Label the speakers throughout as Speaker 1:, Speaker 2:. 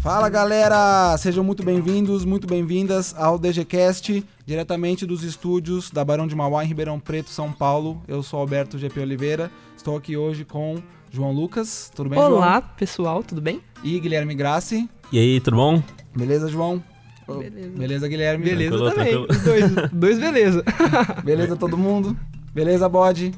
Speaker 1: Fala galera, sejam muito bem-vindos, muito bem-vindas ao DGCast, diretamente dos estúdios da Barão de Mauá em Ribeirão Preto, São Paulo. Eu sou Alberto GP Oliveira, estou aqui hoje com João Lucas, tudo bem, João?
Speaker 2: Olá, pessoal, tudo bem?
Speaker 1: E Guilherme Grassi,
Speaker 3: E aí, tudo bom?
Speaker 1: beleza, João?
Speaker 2: Beleza.
Speaker 1: Beleza, Guilherme?
Speaker 2: Beleza também.
Speaker 3: Tranquilo, tranquilo.
Speaker 2: Os dois, dois beleza.
Speaker 1: Beleza todo mundo? Beleza, bode?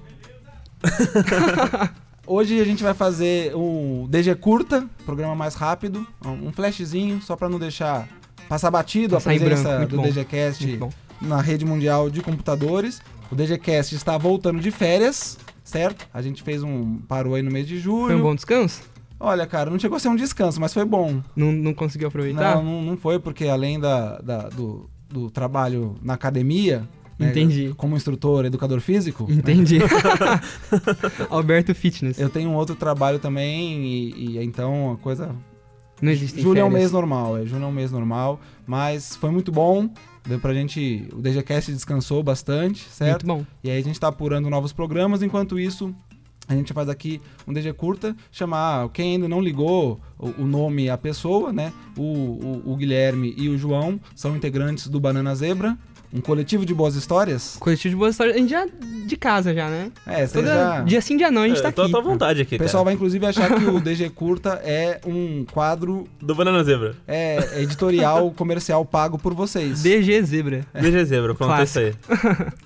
Speaker 1: Hoje a gente vai fazer um DG curta, programa mais rápido, um um flashzinho, só pra não deixar passar batido
Speaker 2: Passar
Speaker 1: a
Speaker 2: em
Speaker 1: presença
Speaker 2: branco, muito
Speaker 1: do
Speaker 2: bom.
Speaker 1: DGCast
Speaker 2: Muito bom.
Speaker 1: na rede mundial de computadores. O DGCast está voltando de férias, certo? A gente fez um. parou aí no mês de
Speaker 2: Foi um
Speaker 1: julho.
Speaker 2: bom descanso?
Speaker 1: Olha, cara, não chegou a ser um descanso, mas foi bom.
Speaker 2: Não, não conseguiu aproveitar?
Speaker 1: Não, não, não foi, porque além da, da- do, do trabalho na academia. né,
Speaker 2: Entendi.
Speaker 1: Como instrutor, educador físico. né,
Speaker 2: Entendi. Alberto Fitness.
Speaker 1: Eu tenho um outro trabalho também, e, e então a coisa.
Speaker 2: Não existe
Speaker 1: julho é um mês normal, é julho é um mês normal, mas foi muito bom. Deu pra gente. O DGCast descansou bastante, certo?
Speaker 2: Muito bom.
Speaker 1: E aí a gente tá apurando novos programas, enquanto isso. A gente faz aqui um DG curta, chamar quem ainda não ligou o, o nome à pessoa, né? O, o- o Guilherme e o João são integrantes do Banana Zebra, um coletivo de boas histórias.
Speaker 2: Coletivo de boas histórias. A gente já de casa já, né?
Speaker 1: É, você
Speaker 2: Todo
Speaker 1: já...
Speaker 2: dia sim, dia não, a gente tá
Speaker 3: É, Eu tô,
Speaker 2: aqui.
Speaker 3: tô à vontade aqui,
Speaker 1: O pessoal
Speaker 3: cara.
Speaker 1: vai inclusive achar que o DG Curta é um quadro
Speaker 3: Do Banana Zebra.
Speaker 1: É, editorial comercial pago por vocês.
Speaker 2: DG Zebra.
Speaker 3: DG Zebra, pronto, é isso aí.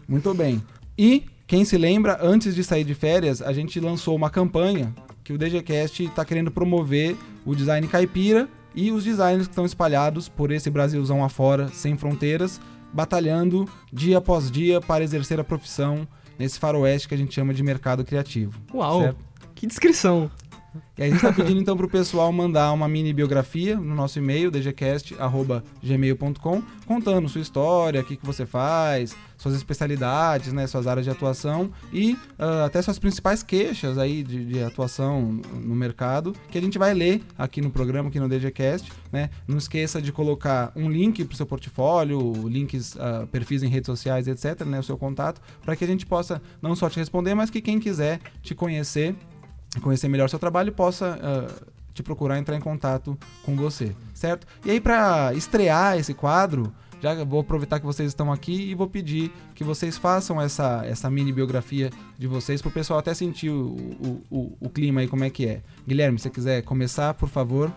Speaker 1: Muito bem. E, quem se lembra, antes de sair de férias, a gente lançou uma campanha que o DGCast está tá querendo promover o design caipira e os designers que estão espalhados por esse Brasilzão afora, sem fronteiras, batalhando dia após dia para exercer a profissão nesse faroeste que a gente chama de mercado criativo.
Speaker 2: Uau,
Speaker 1: Certo.
Speaker 2: que descrição.
Speaker 1: E aí a gente tá pedindo então pro pessoal mandar uma mini biografia no nosso e-mail, dgcast.gmail.com, contando sua história, o que, que você faz, suas especialidades, né, suas áreas de atuação e ah, até suas principais queixas aí de, de atuação no mercado, que a gente vai ler aqui no programa, aqui no DGCast, né? Não esqueça de colocar um link pro seu portfólio, links, ah, perfis em redes sociais, etc, né, o seu contato, para que a gente possa não só te responder, mas que quem quiser te conhecer conhecer melhor seu trabalho e possa ah, te procurar entrar em contato com você, certo? E aí para estrear esse quadro, já vou aproveitar que vocês estão aqui e vou pedir que vocês façam essa, essa mini biografia de vocês pro pessoal até sentir o, o, o- o clima aí como é que é. Guilherme, se você quiser começar, por favor.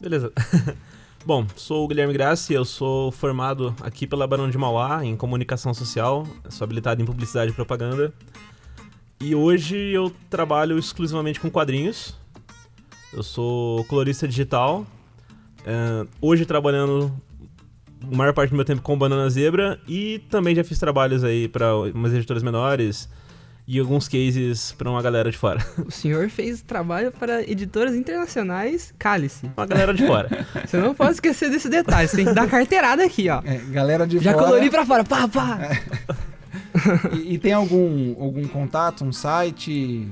Speaker 3: Beleza. Bom, sou o Guilherme Grassi, eu sou formado aqui pela Barão de Mauá em comunicação social, sou habilitado em publicidade e propaganda. E hoje eu trabalho exclusivamente com quadrinhos. Eu sou colorista digital. eh, hoje trabalhando a maior parte do meu tempo com Banana Zebra e também já fiz trabalhos aí para umas editoras menores e alguns cases para uma galera de fora.
Speaker 2: O senhor fez trabalho para editoras internacionais, cálice.
Speaker 3: Uma galera de fora.
Speaker 2: Você não pode esquecer desse detalhe, você tem que dar carteirada aqui, ó.
Speaker 1: É, galera de
Speaker 2: Já
Speaker 1: fora. É.
Speaker 2: colori pra fora, pá, pá.
Speaker 1: E, e tem algum, algum contato, um site?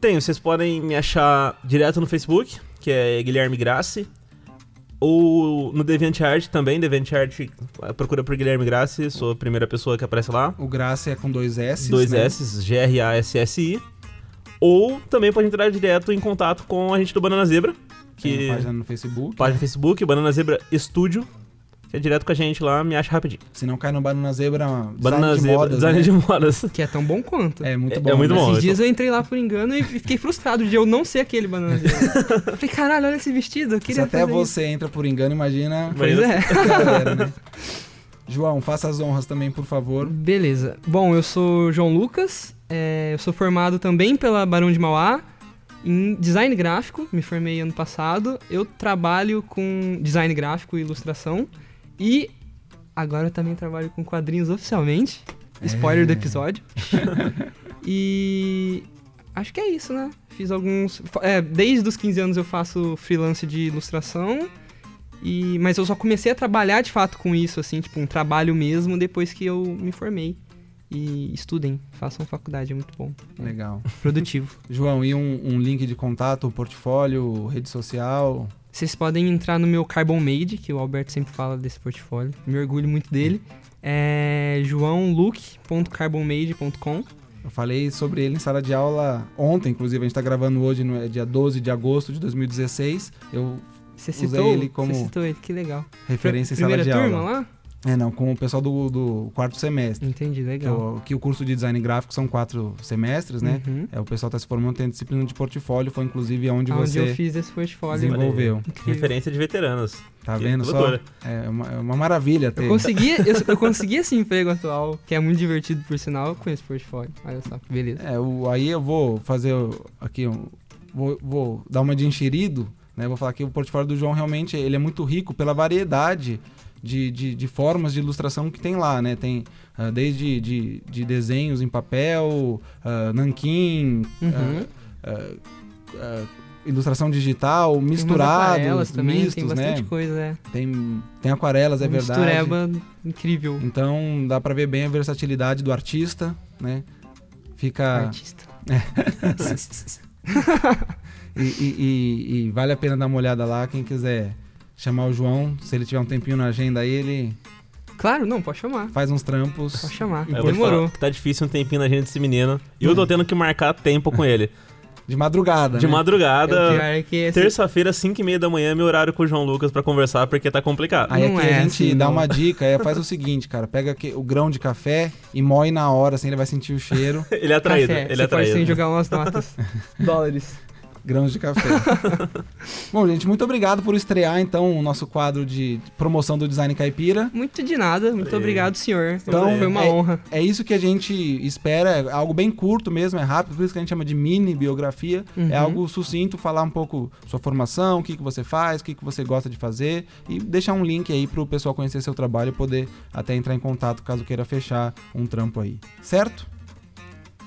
Speaker 3: Tenho, vocês podem me achar direto no Facebook, que é Guilherme Grassi, ou no DeviantArt também, DeviantArt, procura por Guilherme Grassi, sou a primeira pessoa que aparece lá,
Speaker 1: O Graça é com dois S.
Speaker 3: dois
Speaker 1: né?
Speaker 3: S, G-R-A-S-S-I, ou também pode entrar direto em contato com a gente do Banana Zebra,
Speaker 1: Tem
Speaker 3: que
Speaker 1: uma página no Facebook.
Speaker 3: página no Facebook, Banana Zebra Estúdio, que é direto com a gente lá, me acha rapidinho.
Speaker 1: Se não cai no Banana Zebra, design
Speaker 3: Banana
Speaker 1: de
Speaker 3: Zebra,
Speaker 1: modas,
Speaker 3: design
Speaker 1: né?
Speaker 3: de modas.
Speaker 2: Que é tão bom quanto.
Speaker 1: É muito
Speaker 3: É-
Speaker 1: bom.
Speaker 3: é muito
Speaker 1: né?
Speaker 3: bom.
Speaker 2: Esses dias eu entrei lá por engano e fiquei frustrado de eu não ser aquele banana. Eu Falei, caralho, olha esse vestido, eu
Speaker 1: Se
Speaker 2: queria
Speaker 1: até
Speaker 2: fazer
Speaker 1: você entra por engano, imagina
Speaker 2: isso." Pois é.
Speaker 1: a galera, né? João, faça as honras também, por favor.
Speaker 2: Beleza. Bom, eu sou João Lucas, é, eu sou formado também pela Barão de Mauá em design gráfico, me formei ano passado. Eu trabalho com design gráfico e ilustração e agora eu também trabalho com quadrinhos oficialmente. Spoiler do episódio. e acho que é isso, né? Fiz alguns. fa- é, desde os 15 anos eu faço freelance de ilustração. E, mas eu só comecei a trabalhar de fato com isso, assim, tipo, um trabalho mesmo depois que eu me formei. E estudem, façam faculdade, é muito bom.
Speaker 1: Legal.
Speaker 2: Produtivo.
Speaker 1: João, e um, um link de contato, portfólio, rede um social?
Speaker 2: Vocês podem entrar no meu Carbon Made, que o Alberto sempre fala desse portfólio. Me orgulho muito dele. É joaoluke.carbonmade.com.
Speaker 1: Eu falei sobre ele em sala de aula ontem, inclusive a gente tá gravando hoje, no é dia 12 de agosto de 2016. Eu
Speaker 2: Você
Speaker 1: Usei
Speaker 2: citou
Speaker 1: ele como
Speaker 2: Você citou ele, que legal.
Speaker 1: referência em sala
Speaker 2: Primeira
Speaker 1: de
Speaker 2: turma
Speaker 1: aula.
Speaker 2: lá?
Speaker 1: É, não, com o pessoal do, do quarto semestre. Que,
Speaker 2: Entendi, legal.
Speaker 1: o, que o curso de design gráfico são quatro semestres, né?
Speaker 2: Uhum.
Speaker 1: É, o pessoal tá se formando, tem a disciplina de portfólio, foi inclusive onde
Speaker 2: Onde eu
Speaker 1: você
Speaker 2: fiz esse portfólio.
Speaker 3: Desenvol-
Speaker 1: desenvolveu.
Speaker 2: Incrível.
Speaker 3: Referência de veteranos.
Speaker 1: Tá
Speaker 3: Que
Speaker 1: vendo só?
Speaker 3: produtora.
Speaker 1: É uma, é uma maravilha ter.
Speaker 2: Eu consegui, eu, eu consegui esse emprego atual, que é muito divertido, por sinal, com esse portfólio. Olha só, que beleza.
Speaker 1: É, o- aí eu vou fazer o- aqui, um- vou, vou dar uma de enxerido, né? Vou falar que o portfólio do João realmente ele é muito rico pela variedade de, de, de formas de ilustração que tem lá, né? Tem ah, desde de, de desenhos em papel, ah, nanquim,
Speaker 2: Uhum.
Speaker 1: ah, ah, ah, ilustração digital,
Speaker 2: Tem umas aquarelas
Speaker 1: misturados,
Speaker 2: também,
Speaker 1: mistos,
Speaker 2: tem bastante
Speaker 1: né?
Speaker 2: coisa, é.
Speaker 1: Tem, tem aquarelas, é
Speaker 2: Uma
Speaker 1: verdade.
Speaker 2: Mistureba incrível.
Speaker 1: Então dá pra ver bem a versatilidade do artista, né? Fica...
Speaker 2: Artista.
Speaker 1: E, e- e- e vale a pena dar uma olhada lá, quem quiser chamar o João, se ele tiver um tempinho na agenda aí, ele
Speaker 2: Claro, não, pode chamar.
Speaker 1: faz uns trampos.
Speaker 2: Pode chamar.
Speaker 3: Eu vou te
Speaker 2: Demorou. Uhum.
Speaker 3: falar que tá difícil um tempinho na gente desse menino. E eu tô tendo que marcar tempo com ele.
Speaker 1: De madrugada. né?
Speaker 2: É,
Speaker 3: De
Speaker 2: o pior
Speaker 3: madrugada,
Speaker 2: é que esse-
Speaker 3: terça-feira, 5 e meia da manhã, é meu horário com o João Lucas pra conversar, porque tá complicado.
Speaker 1: Aí
Speaker 2: Não
Speaker 1: aqui
Speaker 2: é
Speaker 1: a gente
Speaker 2: assim,
Speaker 1: dá
Speaker 2: não.
Speaker 1: uma dica, é, faz o seguinte, cara, pega aqui o grão de café e moe na hora, assim ele vai sentir o cheiro.
Speaker 3: Ele é atraído,
Speaker 2: café, assim,
Speaker 3: ele
Speaker 2: você
Speaker 3: é
Speaker 2: pode sim
Speaker 3: atraído.
Speaker 2: jogar umas notas. Dólares.
Speaker 1: Grãos de café. Bom, gente, muito obrigado por estrear então o nosso quadro de promoção do design caipira.
Speaker 2: Muito de nada, muito
Speaker 3: Aí.
Speaker 2: obrigado, senhor.
Speaker 3: Então,
Speaker 2: foi uma
Speaker 1: é-
Speaker 2: honra.
Speaker 1: É isso que a gente espera, é algo bem curto mesmo, é rápido, por isso que a gente chama de mini biografia.
Speaker 2: Uhum.
Speaker 1: É algo sucinto, falar um pouco sua formação, o que, que você faz, o que, que você gosta de fazer e deixar um link aí pro pessoal conhecer seu trabalho e poder até entrar em contato caso queira fechar um trampo aí. Certo?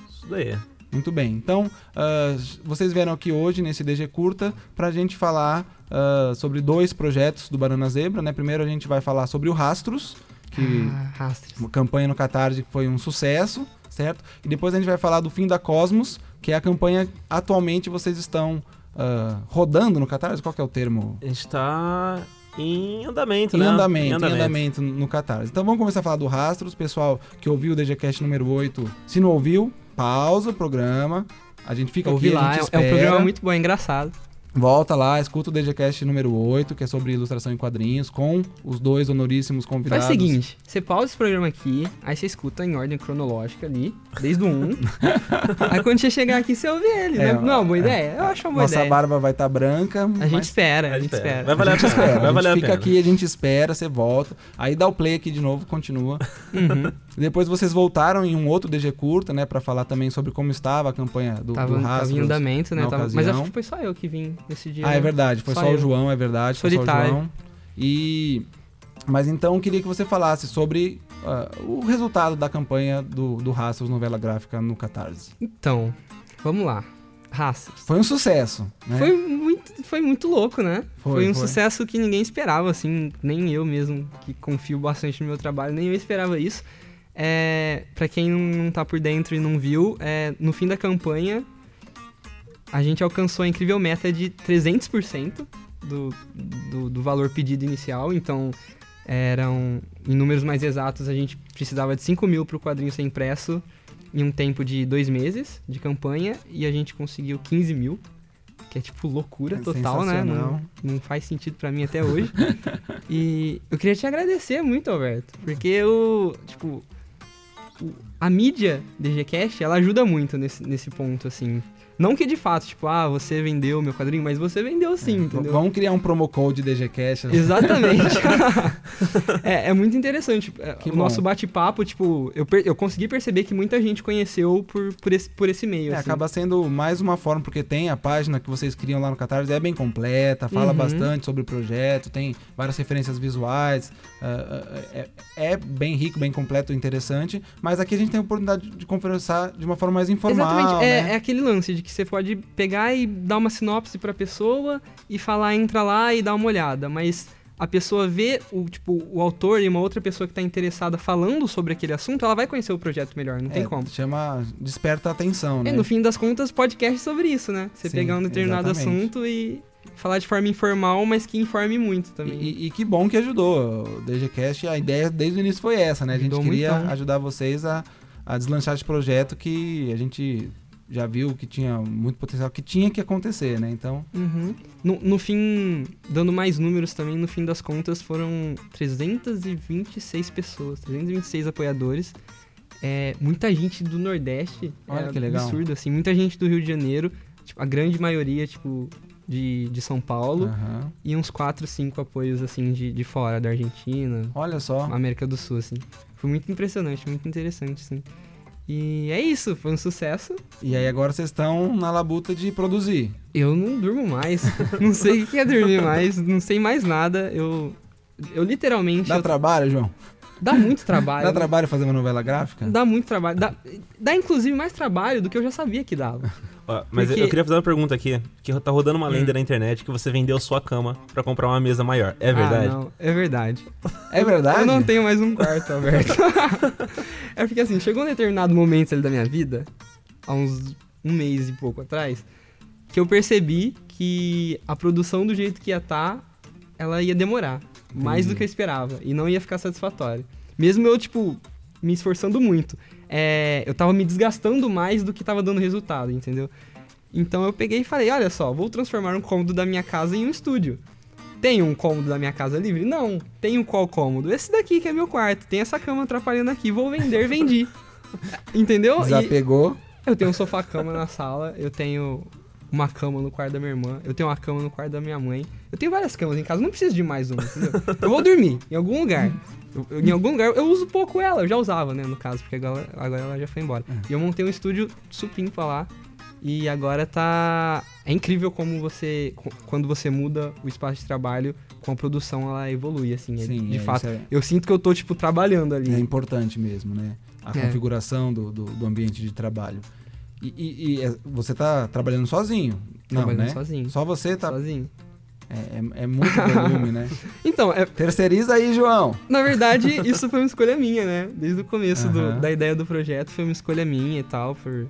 Speaker 3: Isso daí.
Speaker 1: Muito bem. Então, ah, vocês vieram aqui hoje nesse DG Curta pra gente falar ah, sobre dois projetos do Banana Zebra, né? Primeiro a gente vai falar sobre o Rastros, que
Speaker 2: Ah, rastros.
Speaker 1: uma Tipo, campanha no Catarse que foi um sucesso, certo? E depois a gente vai falar do fim da Cosmos, que é a campanha atualmente vocês estão ah, rodando no Catarse. Qual que é o termo?
Speaker 3: A gente tá em andamento,
Speaker 1: Em
Speaker 3: né?
Speaker 1: andamento, em andamento, no Catarse. Então vamos começar a falar do Rastros. Pessoal que ouviu o DGCast número 8, se não ouviu, pausa o programa. A gente fica
Speaker 2: Ouvi
Speaker 1: aqui, a
Speaker 2: lá,
Speaker 1: gente
Speaker 2: é, é
Speaker 1: espera.
Speaker 2: um programa muito bom, é engraçado.
Speaker 1: Volta lá, escuta o DGCast número 8, que é sobre ilustração em quadrinhos, com os dois honoríssimos
Speaker 2: Faz
Speaker 1: convidados.
Speaker 2: o seguinte, você pausa esse programa aqui, aí você escuta em ordem cronológica ali, desde o 1. aí quando você chegar aqui, você ouve ele.
Speaker 1: É,
Speaker 2: né? Não, é uma boa
Speaker 1: é.
Speaker 2: ideia. Eu acho uma boa
Speaker 1: Nossa
Speaker 2: ideia.
Speaker 1: barba vai estar branca.
Speaker 2: A gente espera, É, a
Speaker 3: Vai
Speaker 2: gente
Speaker 3: espera.
Speaker 2: espera.
Speaker 3: Vai valer a pena.
Speaker 1: espera.
Speaker 3: Vai
Speaker 1: a
Speaker 3: valer
Speaker 1: gente
Speaker 3: a
Speaker 1: fica
Speaker 3: pena.
Speaker 1: aqui, a gente espera, você volta. Aí dá o play aqui de novo, continua.
Speaker 2: Uhum.
Speaker 1: Depois vocês voltaram em um outro DG curta, né? Pra falar também sobre como estava a campanha do,
Speaker 2: Tava,
Speaker 1: do
Speaker 2: tava em
Speaker 1: Rasgos.
Speaker 2: andamento, né?
Speaker 1: na
Speaker 2: Tava- mas
Speaker 1: ocasião.
Speaker 2: acho que foi só eu que vim nesse dia.
Speaker 1: Ah, é
Speaker 2: né?
Speaker 1: verdade. Foi
Speaker 2: Só
Speaker 1: só, o
Speaker 2: eu.
Speaker 1: João, é verdade. Foi só o
Speaker 2: Solitário.
Speaker 1: João. E... Mas então eu queria que você falasse sobre ah, o resultado da campanha do, do Rastros Novela Gráfica no Catarse.
Speaker 2: Então, vamos lá. Rastros.
Speaker 1: Foi um sucesso, né?
Speaker 2: Foi, muito, foi muito louco, né?
Speaker 1: Foi,
Speaker 2: um
Speaker 1: foi.
Speaker 2: sucesso que ninguém esperava, assim, nem eu mesmo, que confio bastante no meu trabalho, nem eu esperava isso. É, para quem não, não tá por dentro e não viu, é, no fim da campanha, a gente alcançou a incrível meta de 300% do, do, do valor pedido inicial, então eram, em números mais exatos, a gente precisava de 5 mil pro quadrinho ser impresso em um tempo de dois meses de campanha, e a gente conseguiu 15 mil, que é tipo loucura
Speaker 1: É
Speaker 2: total, né?
Speaker 1: sensacional.
Speaker 2: Não, não faz sentido pra mim até hoje. e eu queria te agradecer muito, Alberto, porque eu, tipo, o- a mídia DGCast, ela ajuda muito nesse, nesse ponto, assim. Não que de fato, tipo, ah, você vendeu meu quadrinho, mas você vendeu sim, entendeu?
Speaker 1: Vamos criar um promo code DGCast. né?
Speaker 2: Exatamente. é, é muito interessante. É,
Speaker 1: Que
Speaker 2: o
Speaker 1: bom.
Speaker 2: nosso bate-papo, tipo, eu, per- eu consegui perceber que muita gente conheceu por, por, esse, por esse meio.
Speaker 1: É,
Speaker 2: assim.
Speaker 1: acaba sendo mais uma forma, porque tem a página que vocês criam lá no Catarse, é bem completa, fala
Speaker 2: Uhum.
Speaker 1: bastante sobre o projeto, tem várias referências visuais, ah, ah, é, é bem rico, bem completo, interessante, mas aqui a gente tem a oportunidade de conversar de uma forma mais informal,
Speaker 2: Exatamente, é,
Speaker 1: né?
Speaker 2: é aquele lance de que você pode pegar e dar uma sinopse pra pessoa e falar, entra lá e dá uma olhada, mas a pessoa vê o, tipo, o autor e uma outra pessoa que tá interessada falando sobre aquele assunto, ela vai conhecer o projeto melhor, não tem
Speaker 1: É,
Speaker 2: como.
Speaker 1: Chama, desperta a atenção,
Speaker 2: É,
Speaker 1: né?
Speaker 2: no fim das contas, podcast é sobre isso, né? Você
Speaker 1: Sim,
Speaker 2: pegar um determinado
Speaker 1: exatamente.
Speaker 2: assunto e, falar de forma informal, mas que informe muito
Speaker 1: E,
Speaker 2: também.
Speaker 1: e- e que bom que ajudou. O DGCast, a ideia desde o início foi essa, né? A gente
Speaker 2: Ajudou
Speaker 1: queria
Speaker 2: muito, né?
Speaker 1: ajudar vocês a, a deslanchar esse projeto que a gente já viu que tinha muito potencial, que tinha que acontecer, né? Então,
Speaker 2: Uhum. No, no fim, dando mais números também, no fim das contas foram 326 pessoas, 326 apoiadores. É, muita gente do Nordeste.
Speaker 1: Olha
Speaker 2: é
Speaker 1: que legal.
Speaker 2: Absurdo, assim. Muita gente do Rio de Janeiro. Tipo, a grande maioria, tipo, de, de São Paulo.
Speaker 1: aham.
Speaker 2: E uns 4, 5 apoios, assim, de, de fora, da Argentina,
Speaker 1: olha só.
Speaker 2: América do Sul, assim. Foi muito impressionante, muito interessante, assim. E é isso, foi um sucesso.
Speaker 1: E aí agora vocês estão na labuta de produzir.
Speaker 2: Eu não durmo mais. não sei o que é dormir mais. Não sei mais nada. Eu. Eu literalmente.
Speaker 1: Dá
Speaker 2: eu-
Speaker 1: trabalho, João?
Speaker 2: dá muito trabalho.
Speaker 1: Dá trabalho fazer uma novela gráfica?
Speaker 2: Dá muito trabalho. Dá, dá inclusive mais trabalho do que eu já sabia que dava.
Speaker 3: Ó, mas
Speaker 2: Porque- Hum.
Speaker 3: eu queria fazer uma pergunta aqui, que tá rodando uma lenda na internet que você vendeu sua cama pra comprar uma mesa maior. É verdade?
Speaker 2: Ah, não, é verdade.
Speaker 1: É verdade?
Speaker 2: Eu não tenho mais um quarto aberto. é porque assim, chegou um determinado momento ali da minha vida, há uns um mês e pouco atrás, que eu percebi que a produção do jeito que ia estar, ela ia demorar. Mais do
Speaker 1: Entendi.
Speaker 2: que eu esperava. E não ia ficar satisfatório. Mesmo eu, tipo, me esforçando muito. É, eu tava me desgastando mais do que tava dando resultado, entendeu? Então eu peguei e falei, olha só, vou transformar um cômodo da minha casa em um estúdio. Tem um cômodo da minha casa livre? Não. Tem um qual cômodo? Esse daqui que é meu quarto. Tem essa cama atrapalhando aqui. Vou vender, vendi. Entendeu? E-
Speaker 1: Desapegou.
Speaker 2: eu tenho um sofá-cama na sala, eu tenho uma cama no quarto da minha irmã, eu tenho uma cama no quarto da minha mãe. Eu tenho várias camas em casa, não preciso de mais uma, entendeu? Eu vou dormir em algum lugar. Eu- eu- em algum lugar, eu uso pouco ela, eu já usava, né, no caso, porque agora, agora ela já foi embora.
Speaker 1: É.
Speaker 2: E eu montei um estúdio supimpa lá, e agora tá... É incrível como você, co- quando você muda o espaço de trabalho, com a produção ela evolui, assim, é-
Speaker 1: Sim,
Speaker 2: de
Speaker 1: é,
Speaker 2: fato.
Speaker 1: isso é-
Speaker 2: Eu sinto que eu tô, tipo, trabalhando ali.
Speaker 1: É importante mesmo, né? A
Speaker 2: É.
Speaker 1: configuração do, do, do ambiente de trabalho. E, e- e, é, você tá trabalhando sozinho? Não,
Speaker 2: trabalhando
Speaker 1: né?
Speaker 2: sozinho.
Speaker 1: Só você tá.
Speaker 2: Sozinho.
Speaker 1: É, é- é muito volume, né?
Speaker 2: Então, é,
Speaker 1: Terceiriza aí, João!
Speaker 2: Na verdade, isso foi uma escolha minha, né? Desde o começo do-
Speaker 1: Aham.
Speaker 2: da ideia do projeto foi uma escolha minha e tal, por,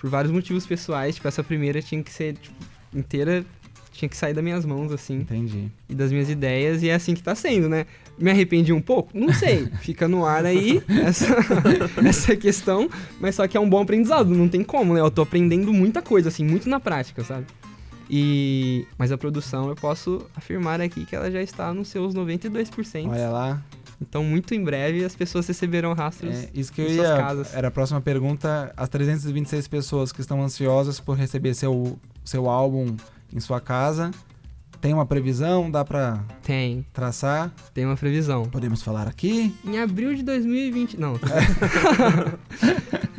Speaker 2: por vários motivos pessoais. Tipo, essa primeira tinha que ser tipo, inteira, tinha que sair das minhas mãos, assim,
Speaker 1: Entendi.
Speaker 2: e das minhas ideias, e é assim que tá sendo, né? Me arrependi um pouco? Não sei. Fica no ar aí essa, essa questão, mas só que é um bom aprendizado, não tem como, né? Eu tô aprendendo muita coisa, assim, muito na prática, sabe? E, mas a produção, eu posso afirmar aqui que ela já está nos seus 92%.
Speaker 1: Olha lá.
Speaker 2: Então, muito em breve, as pessoas receberão rastros.
Speaker 1: É, isso que eu
Speaker 2: em suas
Speaker 1: ia.
Speaker 2: casas.
Speaker 1: Era a próxima pergunta. As 326 pessoas que estão ansiosas por receber seu, seu álbum em sua casa, tem uma previsão? Dá pra
Speaker 2: Tem,
Speaker 1: traçar?
Speaker 2: tem uma previsão.
Speaker 1: Podemos falar aqui?
Speaker 2: Em abril de 2020... Não.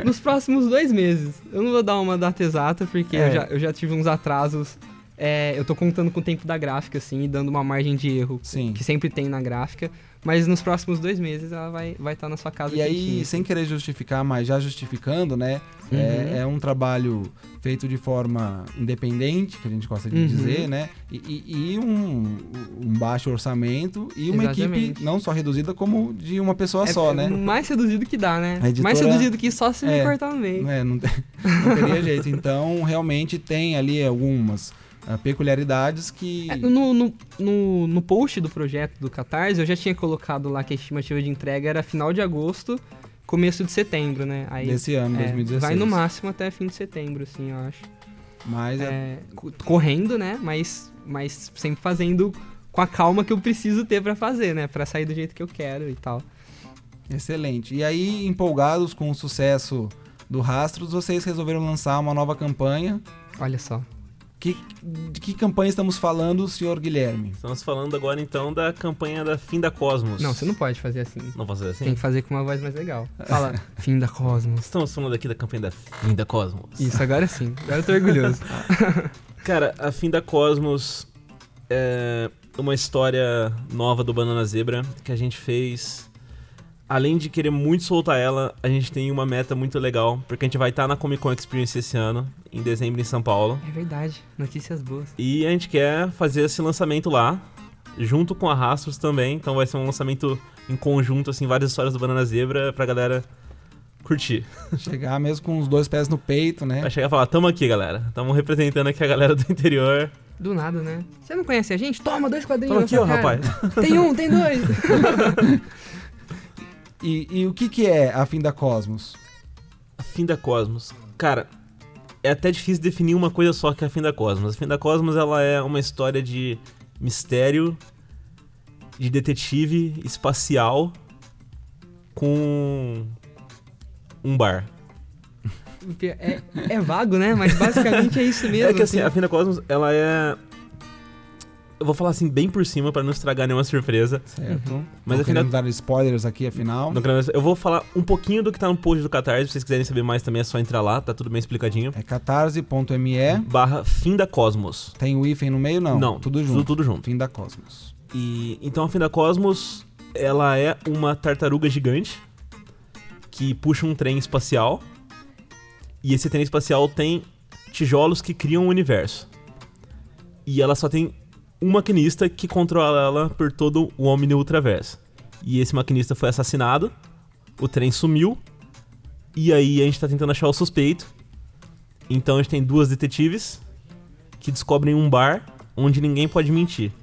Speaker 2: Nos próximos dois meses. Eu não vou dar uma data exata, porque
Speaker 1: É.
Speaker 2: eu, já, eu já tive uns atrasos. É, eu tô contando com o tempo da gráfica, assim, e dando uma margem de erro,
Speaker 1: Sim.
Speaker 2: que sempre tem na gráfica. Mas nos próximos dois meses ela vai estar vai tá na sua casa.
Speaker 1: E aí,
Speaker 2: quentinha.
Speaker 1: sem querer justificar, mas já justificando, né?
Speaker 2: Uhum.
Speaker 1: É, é um trabalho feito de forma independente, que a gente gosta de
Speaker 2: Uhum.
Speaker 1: dizer, né? E, e- e um, um baixo orçamento e uma equipe
Speaker 2: Exatamente.
Speaker 1: não só reduzida, como de uma pessoa
Speaker 2: é,
Speaker 1: só,
Speaker 2: é
Speaker 1: né?
Speaker 2: Mais reduzido que dá, né?
Speaker 1: A editora-
Speaker 2: Mais reduzido que só se me
Speaker 1: É.
Speaker 2: cortar no meio.
Speaker 1: É, não, te- não teria jeito. Então, realmente tem ali algumas ah, peculiaridades que.
Speaker 2: É, No, no, no, no post do projeto do Catarse, eu já tinha colocado lá que a estimativa de entrega era final de agosto, começo de setembro, né? Aí,
Speaker 1: Desse ano,
Speaker 2: é,
Speaker 1: 2016.
Speaker 2: Vai no máximo até fim de setembro, assim, eu acho.
Speaker 1: Mas é-
Speaker 2: É, co- correndo, né? Mas, mas sempre fazendo com a calma que eu preciso ter pra fazer, né? Pra sair do jeito que eu quero e tal. É.
Speaker 1: Excelente. E aí, empolgados com o sucesso do Rastros, vocês resolveram lançar uma nova campanha.
Speaker 2: Olha só.
Speaker 1: Que, de que campanha estamos falando, senhor Guilherme?
Speaker 3: Estamos falando agora então da campanha da Fim da Cosmos.
Speaker 2: Não, você não pode fazer assim.
Speaker 3: Não posso fazer assim?
Speaker 2: Tem que fazer com uma voz mais legal. Fala, fim da Cosmos.
Speaker 3: Estamos falando aqui da campanha da Fim da Cosmos.
Speaker 2: Isso, agora sim. Agora eu tô orgulhoso.
Speaker 3: Cara, a Fim da Cosmos é uma história nova do Banana Zebra que a gente fez. Além de querer muito soltar ela, a gente tem uma meta muito legal, porque a gente vai estar na Comic Con Experience esse ano, em dezembro em São Paulo.
Speaker 2: É verdade. Notícias boas.
Speaker 3: E a gente quer fazer esse lançamento lá, junto com a Rastros também. Então vai ser um lançamento em conjunto, assim, várias histórias do Banana Zebra pra galera curtir.
Speaker 1: Chegar mesmo com os dois pés no peito, né?
Speaker 3: Vai chegar e falar, tamo aqui, galera. Tamo representando aqui a galera do interior.
Speaker 2: Do nada, né? Você não conhece a gente? Toma dois quadrinhos.
Speaker 3: Toma
Speaker 2: na
Speaker 3: aqui,
Speaker 2: sua
Speaker 3: ó,
Speaker 2: cara.
Speaker 3: rapaz.
Speaker 2: Tem um, tem dois.
Speaker 1: E, e o que, que é a Fim da Cosmos?
Speaker 3: A Fim da Cosmos. Cara, é até difícil definir uma coisa só que é a Fim da Cosmos. A Fim da Cosmos ela é uma história de mistério, de detetive espacial com um bar.
Speaker 2: É, é vago, né? Mas basicamente é isso mesmo.
Speaker 3: É que assim, a Fim da Cosmos ela é. Eu vou falar assim bem por cima pra não estragar nenhuma surpresa.
Speaker 1: Certo.
Speaker 3: Mas
Speaker 1: Uhum. não
Speaker 3: afinal-
Speaker 1: querendo dar spoilers aqui, afinal.
Speaker 3: Não quero- Eu vou falar um pouquinho do que tá no post do Catarse. Se vocês quiserem saber mais também é só entrar lá, tá tudo bem explicadinho.
Speaker 1: É
Speaker 2: É.
Speaker 1: catarse.me.
Speaker 3: Barra Fim da Cosmos.
Speaker 1: Tem o hífen no meio? Não. Tudo junto.
Speaker 3: Tudo junto.
Speaker 1: Fim da Cosmos.
Speaker 3: E então a Fenda Cosmos, ela é uma tartaruga gigante que puxa um trem espacial. E esse trem espacial tem tijolos que criam o universo. E ela só tem um maquinista que controla ela por todo o Omni Ultraverso. E esse maquinista foi assassinado, o trem sumiu. E aí a gente tá tentando achar o suspeito. Então a gente tem duas detetives que descobrem um bar onde ninguém pode mentir.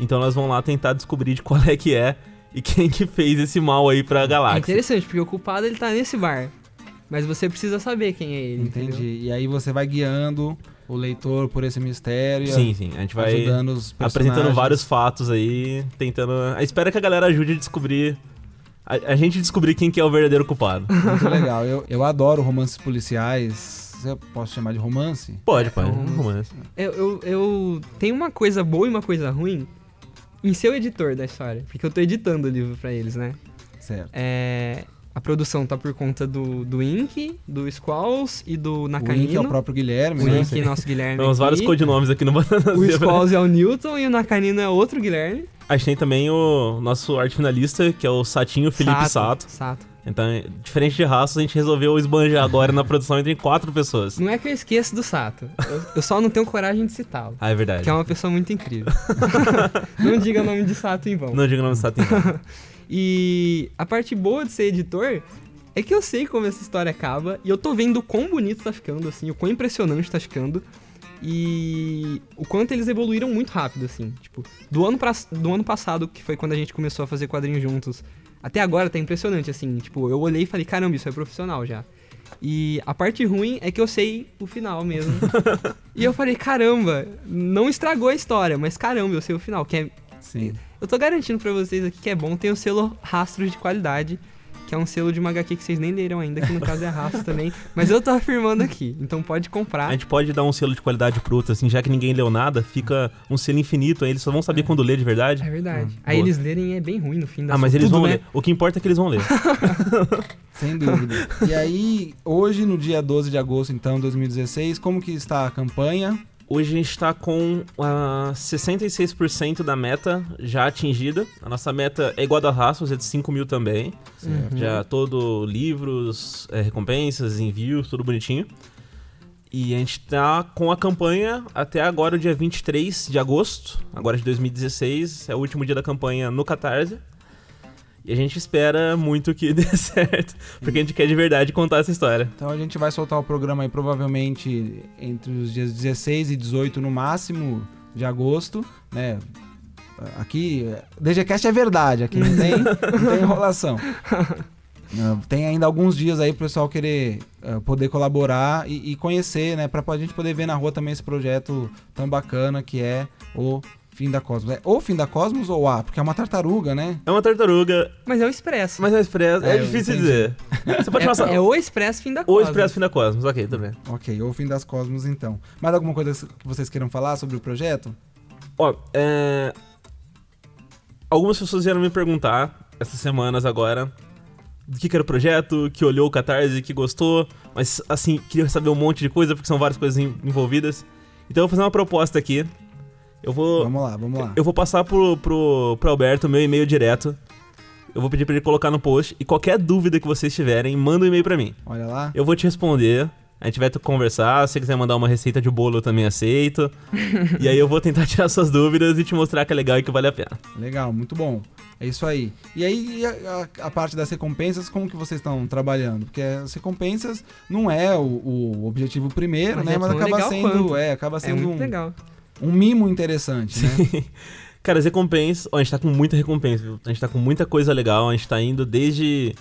Speaker 3: Então elas vão lá tentar descobrir de qual é que é e quem que fez esse mal aí pra
Speaker 2: É
Speaker 3: galáxia.
Speaker 2: interessante, porque o culpado ele tá nesse bar. Mas você precisa saber quem é ele.
Speaker 1: Entendi.
Speaker 2: entendeu?
Speaker 1: E aí você vai guiando o leitor por esse mistério.
Speaker 3: Sim, sim. A gente vai
Speaker 1: Ajudando os
Speaker 3: apresentando
Speaker 1: personagens.
Speaker 3: vários fatos aí, tentando. Espero que a galera ajude a descobrir. A, a gente descobrir quem que é o verdadeiro culpado.
Speaker 1: Muito legal. Eu, eu adoro romances policiais. Eu posso chamar de romance?
Speaker 3: Pode, pode.
Speaker 2: um
Speaker 3: romance.
Speaker 2: Eu, eu, eu tenho uma coisa boa e uma coisa ruim em ser o editor da história. Porque eu tô editando o livro pra eles, né?
Speaker 1: Certo.
Speaker 2: É, a produção tá por conta do, do Ink, do Squalls e do
Speaker 1: o Link é
Speaker 2: Nakanino.
Speaker 1: o próprio Guilherme,
Speaker 2: O
Speaker 1: né?
Speaker 2: Ink, é nosso Guilherme.
Speaker 3: Temos vários
Speaker 2: aqui.
Speaker 3: codinomes aqui no Banana
Speaker 2: O
Speaker 3: Zebra.
Speaker 2: Squalls é o Newton e o Nakanino é outro Guilherme.
Speaker 3: A gente tem também o nosso arte finalista, que é o Satinho Felipe Sato.
Speaker 2: Sato.
Speaker 3: Então, diferente de raças, a gente resolveu esbanjar agora na produção entre quatro pessoas.
Speaker 2: Não é que eu esqueço do Sato. Eu, eu só não tenho coragem de citá-lo.
Speaker 3: Ah, é verdade.
Speaker 2: Que é uma pessoa muito incrível. não diga o nome de Sato em vão.
Speaker 3: Não diga o nome do Sato então.
Speaker 2: E a parte boa de ser editor é que eu sei como essa história acaba e eu tô vendo o quão bonito tá ficando, assim, o quão impressionante tá ficando. E o quanto eles evoluíram muito rápido, assim. Tipo, do ano, pra, do ano passado, que foi quando a gente começou a fazer quadrinhos juntos, até agora tá impressionante, assim. Tipo, eu olhei e falei, caramba, isso é profissional já. E a parte ruim é que eu sei o final mesmo. e eu falei, caramba, não estragou a história, mas caramba, eu sei o final, que é
Speaker 1: Sim.
Speaker 2: eu tô garantindo pra vocês aqui que é bom. Tem o selo Rastros de Qualidade, que é um selo de uma HQ que vocês nem leram ainda, que no caso é Rastros também. Mas eu tô afirmando aqui, então pode
Speaker 3: A
Speaker 2: comprar.
Speaker 3: gente pode dar um selo de qualidade pro outro, assim, já que ninguém leu nada, fica um selo infinito, aí eles só vão saber quando ler de verdade.
Speaker 2: É verdade. Aí
Speaker 3: boa.
Speaker 2: eles lerem é bem ruim no fim da
Speaker 3: Ah, mas eles
Speaker 2: tudo,
Speaker 3: vão
Speaker 2: né?
Speaker 3: ler. O que importa é que eles vão ler.
Speaker 1: Sem dúvida. e aí, hoje, no dia 12 de agosto, então, 2016, como que está a campanha?
Speaker 3: Hoje a gente tá com ah, 66% da meta já atingida. A nossa meta é igual a da Rasmus, é de 5 mil também.
Speaker 2: Uhum.
Speaker 1: Certo.
Speaker 3: É, Já todo livros, eh, recompensas, envios, tudo bonitinho. E a gente tá com a campanha até agora, o dia 23 de agosto, agora de 2016, é o último dia da campanha no Catarse. E a gente espera muito que dê certo, porque a gente quer de verdade contar essa história.
Speaker 1: Então a gente vai soltar o programa aí provavelmente entre os dias 16 e 18 no máximo de agosto, né? Aqui, eh, DGCast é verdade, aqui não tem, não tem enrolação. Ah, Tem ainda alguns dias aí pro pessoal querer ah, poder colaborar e, e conhecer, né? Pra a gente poder ver na rua também esse projeto tão bacana que é o Fim da Cosmos. É o Fim da Cosmos ou A? Porque é uma tartaruga, né?
Speaker 3: É uma tartaruga,
Speaker 2: Mas é o Expresso.
Speaker 3: mas é um expresso, é,
Speaker 1: É, eu
Speaker 3: difícil
Speaker 1: entendi.
Speaker 3: dizer. Você pode passar
Speaker 2: é, é o Expresso fim da
Speaker 3: o
Speaker 2: Cosmos.
Speaker 3: expresso fim da Cosmos, ok, tudo bem.
Speaker 1: Ok, ou Fim das Cosmos então. Mais alguma coisa que vocês queiram falar sobre o projeto?
Speaker 3: Ó, é... Algumas pessoas vieram me perguntar essas semanas agora do que, que era o projeto, que olhou o Catarse, que gostou, mas assim, queria saber um monte de coisa, porque são várias coisas em- envolvidas. Então eu vou fazer uma proposta aqui. Eu vou.
Speaker 1: Vamos lá, vamos lá.
Speaker 3: Eu vou passar pro, pro, pro Alberto meu e-mail direto. Eu vou pedir pra ele colocar no post. E qualquer dúvida que vocês tiverem, manda um e-mail pra mim.
Speaker 1: Olha lá.
Speaker 3: Eu vou te responder. A gente vai conversar. Se você quiser mandar uma receita de bolo, eu também aceito. e aí eu vou tentar tirar suas dúvidas e te mostrar que é legal e que vale a pena.
Speaker 1: Legal, muito bom. É isso aí. E aí, e a, a- a parte das recompensas, como que vocês estão trabalhando? Porque as recompensas não é o, o objetivo primeiro,
Speaker 2: Mas
Speaker 1: né?
Speaker 2: é
Speaker 1: Mas
Speaker 2: tão
Speaker 1: acaba
Speaker 2: legal
Speaker 1: sendo,
Speaker 2: quanto.
Speaker 1: é, acaba
Speaker 2: É
Speaker 1: sendo
Speaker 2: muito
Speaker 1: um,
Speaker 2: legal.
Speaker 1: um mimo interessante, né?
Speaker 3: Cara, as recompensas. Ó, a gente tá com muita recompensa, viu? A gente tá com muita coisa legal. A gente tá indo desde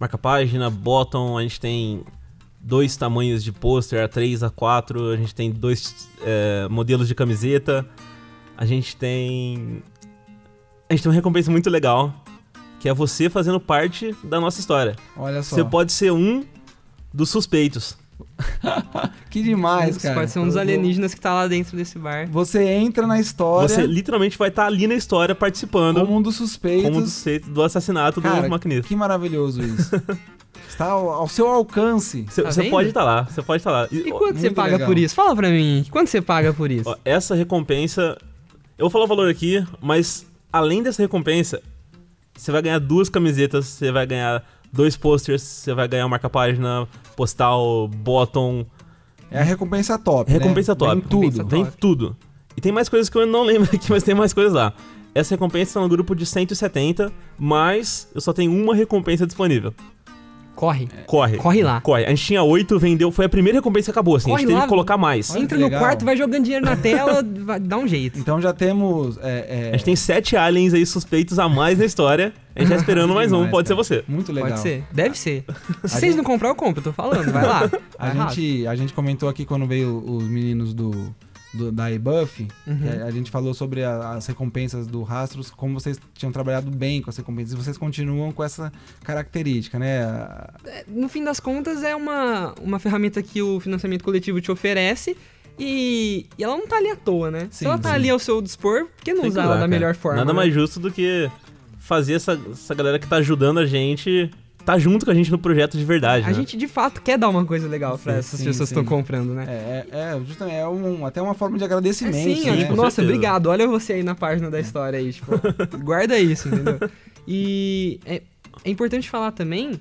Speaker 3: marca-página, bottom, a gente tem dois tamanhos de pôster, A3, A4, a gente tem dois é, modelos de camiseta, a gente tem. A gente tem uma recompensa muito legal, que é você fazendo parte da nossa história.
Speaker 1: Olha só.
Speaker 3: Você pode ser um dos suspeitos.
Speaker 1: Que demais,
Speaker 2: Você
Speaker 1: cara.
Speaker 2: Pode ser um dos alienígenas que tá lá dentro desse bar.
Speaker 1: Você entra na história
Speaker 3: Você literalmente vai estar ali na história participando
Speaker 1: como um dos suspeitos.
Speaker 3: como dos suspeitos do assassinato
Speaker 1: Cara,
Speaker 3: do maquinista.
Speaker 1: Que maravilhoso isso. Está ao, ao seu alcance.
Speaker 3: Você
Speaker 2: Tá
Speaker 3: você
Speaker 2: vendo?
Speaker 3: pode estar lá, você pode estar lá.
Speaker 2: E
Speaker 3: ó,
Speaker 2: quanto você
Speaker 1: muito
Speaker 2: paga
Speaker 1: legal.
Speaker 2: por isso? Fala pra mim. Quanto você paga por isso?
Speaker 3: Ó, essa recompensa. Eu vou falar o valor aqui, mas além dessa recompensa, você vai ganhar duas camisetas, você vai ganhar dois posters, você vai ganhar marca-página, postal, bottom.
Speaker 1: É a recompensa top. né?
Speaker 3: Recompensa top.
Speaker 1: Vem tudo.
Speaker 2: Recompensa
Speaker 3: Vem
Speaker 2: top.
Speaker 3: tudo. E tem mais coisas que eu não lembro aqui, mas tem mais coisas lá. Essa recompensa está no grupo de 170, mas eu só tenho uma recompensa disponível.
Speaker 2: Corre.
Speaker 3: Corre.
Speaker 2: É. Corre lá.
Speaker 3: Corre. A gente tinha oito, vendeu. Foi a primeira recompensa que acabou, assim. a
Speaker 2: Corre
Speaker 3: gente teve
Speaker 2: lá.
Speaker 3: que colocar mais.
Speaker 1: Olha
Speaker 2: Entra
Speaker 1: que
Speaker 2: no
Speaker 1: legal.
Speaker 2: quarto, vai jogando dinheiro na tela, vai- dá um jeito.
Speaker 1: Então já temos. é, é,
Speaker 3: A gente tem sete aliens aí suspeitos a mais na história. A gente tá esperando mais um,
Speaker 1: Demais,
Speaker 3: pode
Speaker 1: cara.
Speaker 3: ser você.
Speaker 1: Muito legal.
Speaker 2: Pode ser. Deve ser. Se
Speaker 1: A
Speaker 2: vocês
Speaker 1: gente-
Speaker 2: não comprar, eu compro, eu tô falando. Vai lá.
Speaker 1: A
Speaker 2: Vai arrasa.
Speaker 1: gente, a gente comentou aqui quando veio os meninos do, do- da eBuff, que a, a gente falou sobre a- as recompensas do Rastros, como vocês tinham trabalhado bem com as recompensas, e vocês continuam com essa característica, né? A-
Speaker 2: no fim das contas, é uma, uma ferramenta que o financiamento coletivo te oferece e, e ela não tá ali à toa, né?
Speaker 1: Sim,
Speaker 2: Se ela tá
Speaker 1: sim.
Speaker 2: ali ao seu dispor, por que não
Speaker 3: Tem que
Speaker 2: usar
Speaker 3: usar,
Speaker 2: ela da
Speaker 3: cara.
Speaker 2: melhor forma?
Speaker 3: Nada
Speaker 2: né?
Speaker 3: mais justo do que fazer essa, essa galera que tá ajudando a gente, tá junto com a gente no projeto de verdade.
Speaker 2: A
Speaker 3: né?
Speaker 2: gente de fato quer dar uma coisa legal pra
Speaker 1: Sim,
Speaker 2: essas
Speaker 1: sim,
Speaker 2: pessoas que estão
Speaker 1: sim.
Speaker 2: comprando, né?
Speaker 1: É, é, é, justamente, é um, até uma forma de
Speaker 2: É,
Speaker 1: agradecimento.
Speaker 2: sim,
Speaker 1: né?
Speaker 2: é, tipo, nossa,
Speaker 3: certeza.
Speaker 2: obrigado. Olha você aí na página da história aí, tipo, guarda isso, entendeu? E é, é importante falar também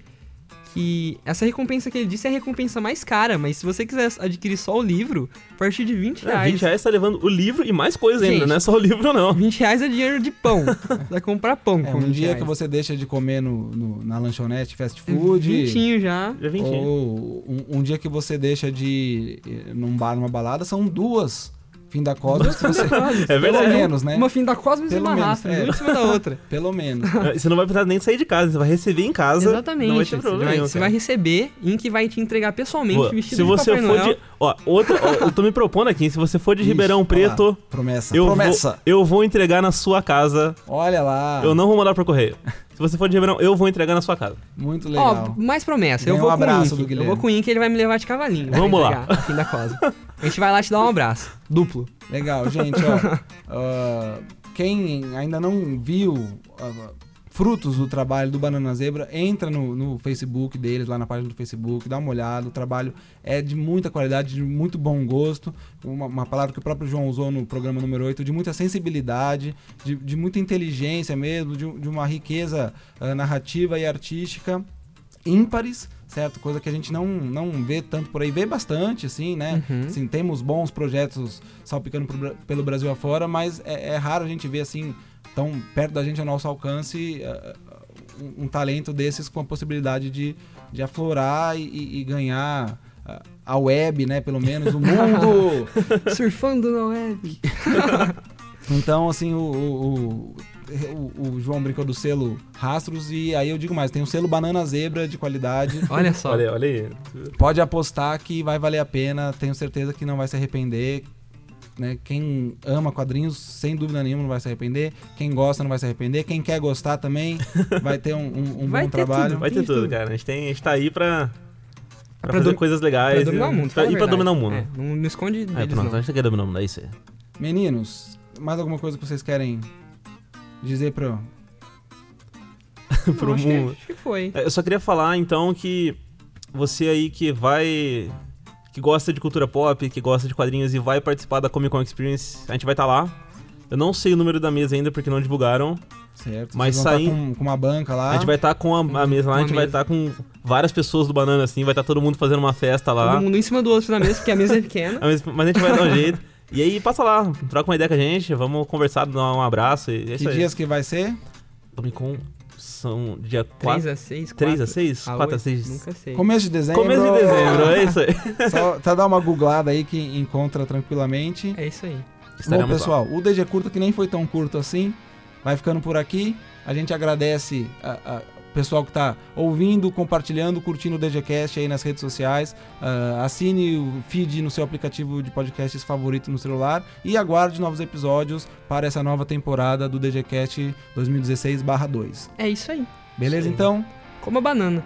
Speaker 2: que essa recompensa que ele disse é a recompensa mais cara, mas se você quiser adquirir só o livro, a partir de 20
Speaker 3: É, 20
Speaker 2: reais.
Speaker 3: reais tá levando o livro e mais coisa ainda,
Speaker 2: Gente.
Speaker 3: não é só o livro, não.
Speaker 2: 20 reais é dinheiro de pão. Você Vai comprar pão
Speaker 1: É,
Speaker 2: com
Speaker 1: um
Speaker 2: 20
Speaker 1: dia
Speaker 2: reais. Uhum.
Speaker 1: que você deixa de comer no, no- na lanchonete, fast food.
Speaker 2: Vintinho já.
Speaker 3: Já 20 reais.
Speaker 1: Ou um, um dia que você deixa de ir num bar, numa balada, são duas fim da corda. se você-
Speaker 3: É
Speaker 1: pelo
Speaker 3: verdade.
Speaker 1: menos, né?
Speaker 2: Uma fim da Cosmos e
Speaker 1: Pelo
Speaker 2: uma
Speaker 1: menos,
Speaker 2: Rastro,
Speaker 1: é.
Speaker 2: uma em cima da outra.
Speaker 1: Pelo menos.
Speaker 3: Ah, Você não vai precisar nem sair de casa, você vai receber em casa.
Speaker 2: Exatamente.
Speaker 3: Não vai ter
Speaker 2: você,
Speaker 3: problema.
Speaker 2: vai,
Speaker 3: nenhum,
Speaker 2: você
Speaker 3: cara.
Speaker 2: vai receber em que vai te entregar pessoalmente
Speaker 3: Boa.
Speaker 2: vestido
Speaker 3: Se
Speaker 2: de
Speaker 3: você
Speaker 2: Papai
Speaker 3: for
Speaker 2: Noel.
Speaker 3: de. Ó, outra. ó, eu tô me propondo aqui, hein, se você for de Ribeirão
Speaker 1: Ixi,
Speaker 3: Preto,
Speaker 1: olha lá, Promessa.
Speaker 3: eu
Speaker 1: promessa. Ah.
Speaker 3: vou, eu vou entregar na sua casa
Speaker 1: Olha lá.
Speaker 3: Eu não vou mandar por correio. Se você for de Ribeirão, eu vou entregar na sua casa.
Speaker 1: Muito
Speaker 2: Ó,
Speaker 1: legal.
Speaker 2: mais promessa. Eu
Speaker 1: Ganhou
Speaker 2: vou,
Speaker 1: um abraço
Speaker 2: com o
Speaker 1: do
Speaker 2: Ink. Eu
Speaker 1: Guilherme.
Speaker 2: vou com o Ink, ele vai me levar de cavalinho. vai
Speaker 3: Vamos lá.
Speaker 2: entregar, Fim da Cosmo. A gente vai lá te dar um abraço. Duplo.
Speaker 1: Legal, gente, ó. Ah, quem ainda não viu ah, frutos do trabalho do Banana Zebra, entra no, no Facebook deles, lá na página do Facebook, dá uma olhada. O trabalho é de muita qualidade, de muito bom gosto. Uma, uma palavra que o próprio João usou no programa número 8, de muita sensibilidade, de, de muita inteligência mesmo, de, de uma riqueza ah, narrativa e artística ímpares, certo? Coisa que a gente não, não vê tanto por aí, vê bastante, assim, né? Assim, temos bons projetos salpicando pro Bra- pelo Brasil afora, mas é, é raro a gente ver, assim, tão perto da gente, ao nosso alcance, eh, um, um talento desses com a possibilidade de, de aflorar e- e, e ganhar ah, a web, né? Pelo menos o mundo.
Speaker 2: Surfando na web.
Speaker 1: Então, assim, o, o, o- o- o João brincou do selo Rastros e aí eu digo mais, tem um selo Banana Zebra de qualidade.
Speaker 2: Olha só.
Speaker 3: Olha, olha aí.
Speaker 1: Pode apostar que vai valer a pena, tenho certeza que não vai se arrepender. Né? Quem ama quadrinhos, sem dúvida nenhuma, não vai se arrepender. Quem gosta, não vai se arrepender. Quem quer gostar também, vai ter um, um- um
Speaker 2: Vai
Speaker 1: bom
Speaker 2: ter
Speaker 1: trabalho.
Speaker 2: tudo,
Speaker 3: Vai ter
Speaker 2: Tem
Speaker 3: tudo,
Speaker 2: tudo.
Speaker 3: cara. A gente, tem, a gente tá aí pra, pra,
Speaker 2: pra
Speaker 3: fazer
Speaker 2: dom-
Speaker 3: coisas
Speaker 2: Pra
Speaker 3: legais.
Speaker 2: dominar o
Speaker 3: e-
Speaker 2: mundo.
Speaker 3: pra-
Speaker 2: fala
Speaker 3: tá- e
Speaker 2: a
Speaker 3: pra
Speaker 2: verdade.
Speaker 3: dominar o mundo.
Speaker 2: É, não, não esconde
Speaker 3: Aí,
Speaker 2: deles,
Speaker 3: pronto, a
Speaker 2: não.
Speaker 3: gente tá quer dominar o mundo, é isso aí.
Speaker 1: Meninos, mais alguma coisa que vocês querem dizer pro.
Speaker 3: pro
Speaker 2: Não, acho que-
Speaker 3: mundo.
Speaker 2: acho que foi.
Speaker 3: É, Eu só queria falar, então, que você aí que vai. que gosta de cultura pop, que gosta de quadrinhos e vai participar da Comic Con Experience, a gente vai estar lá. Eu não sei o número da mesa ainda porque não divulgaram.
Speaker 1: Certo?
Speaker 3: Mas
Speaker 1: Vocês vão
Speaker 3: sair-
Speaker 1: tá com, com uma banca
Speaker 2: Ah.
Speaker 1: lá.
Speaker 3: A gente vai estar com a, a mesa lá, a
Speaker 2: Uma
Speaker 3: gente vai
Speaker 2: mesa.
Speaker 3: estar com várias pessoas do Banana assim, vai estar todo mundo fazendo uma festa lá.
Speaker 2: Todo mundo em cima do outro na mesa, porque a mesa é pequena.
Speaker 3: Ah, Mas, mas a gente vai dar um jeito. E aí, passa lá, troca uma ideia com a gente, vamos conversar, dar um abraço e é
Speaker 1: Que
Speaker 3: isso aí.
Speaker 1: dias que vai ser?
Speaker 3: Comic Con são dia
Speaker 2: 3
Speaker 3: 4,
Speaker 2: a 6,
Speaker 3: 3 a 6? 4 a 6?
Speaker 2: Nunca sei.
Speaker 1: Começo de dezembro.
Speaker 3: Começo de dezembro, é isso aí.
Speaker 1: Só, só dá uma googlada aí que encontra tranquilamente.
Speaker 2: É isso aí.
Speaker 1: Bom,
Speaker 3: Estaremos lá.
Speaker 1: pessoal, o DG Curto, que nem foi tão curto assim, vai ficando por aqui. A gente agradece a- a- o pessoal que está ouvindo, compartilhando, curtindo o DGCast aí nas redes sociais. Ah, assine o feed no seu aplicativo de podcasts favorito no celular e aguarde novos episódios para essa nova temporada do DGCast 2016-2.
Speaker 2: É isso aí.
Speaker 1: Beleza,
Speaker 3: Isso aí.
Speaker 1: então?
Speaker 2: Coma banana.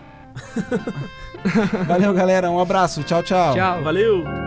Speaker 1: Valeu, galera. Um abraço. Tchau, tchau.
Speaker 2: Tchau.
Speaker 3: Valeu!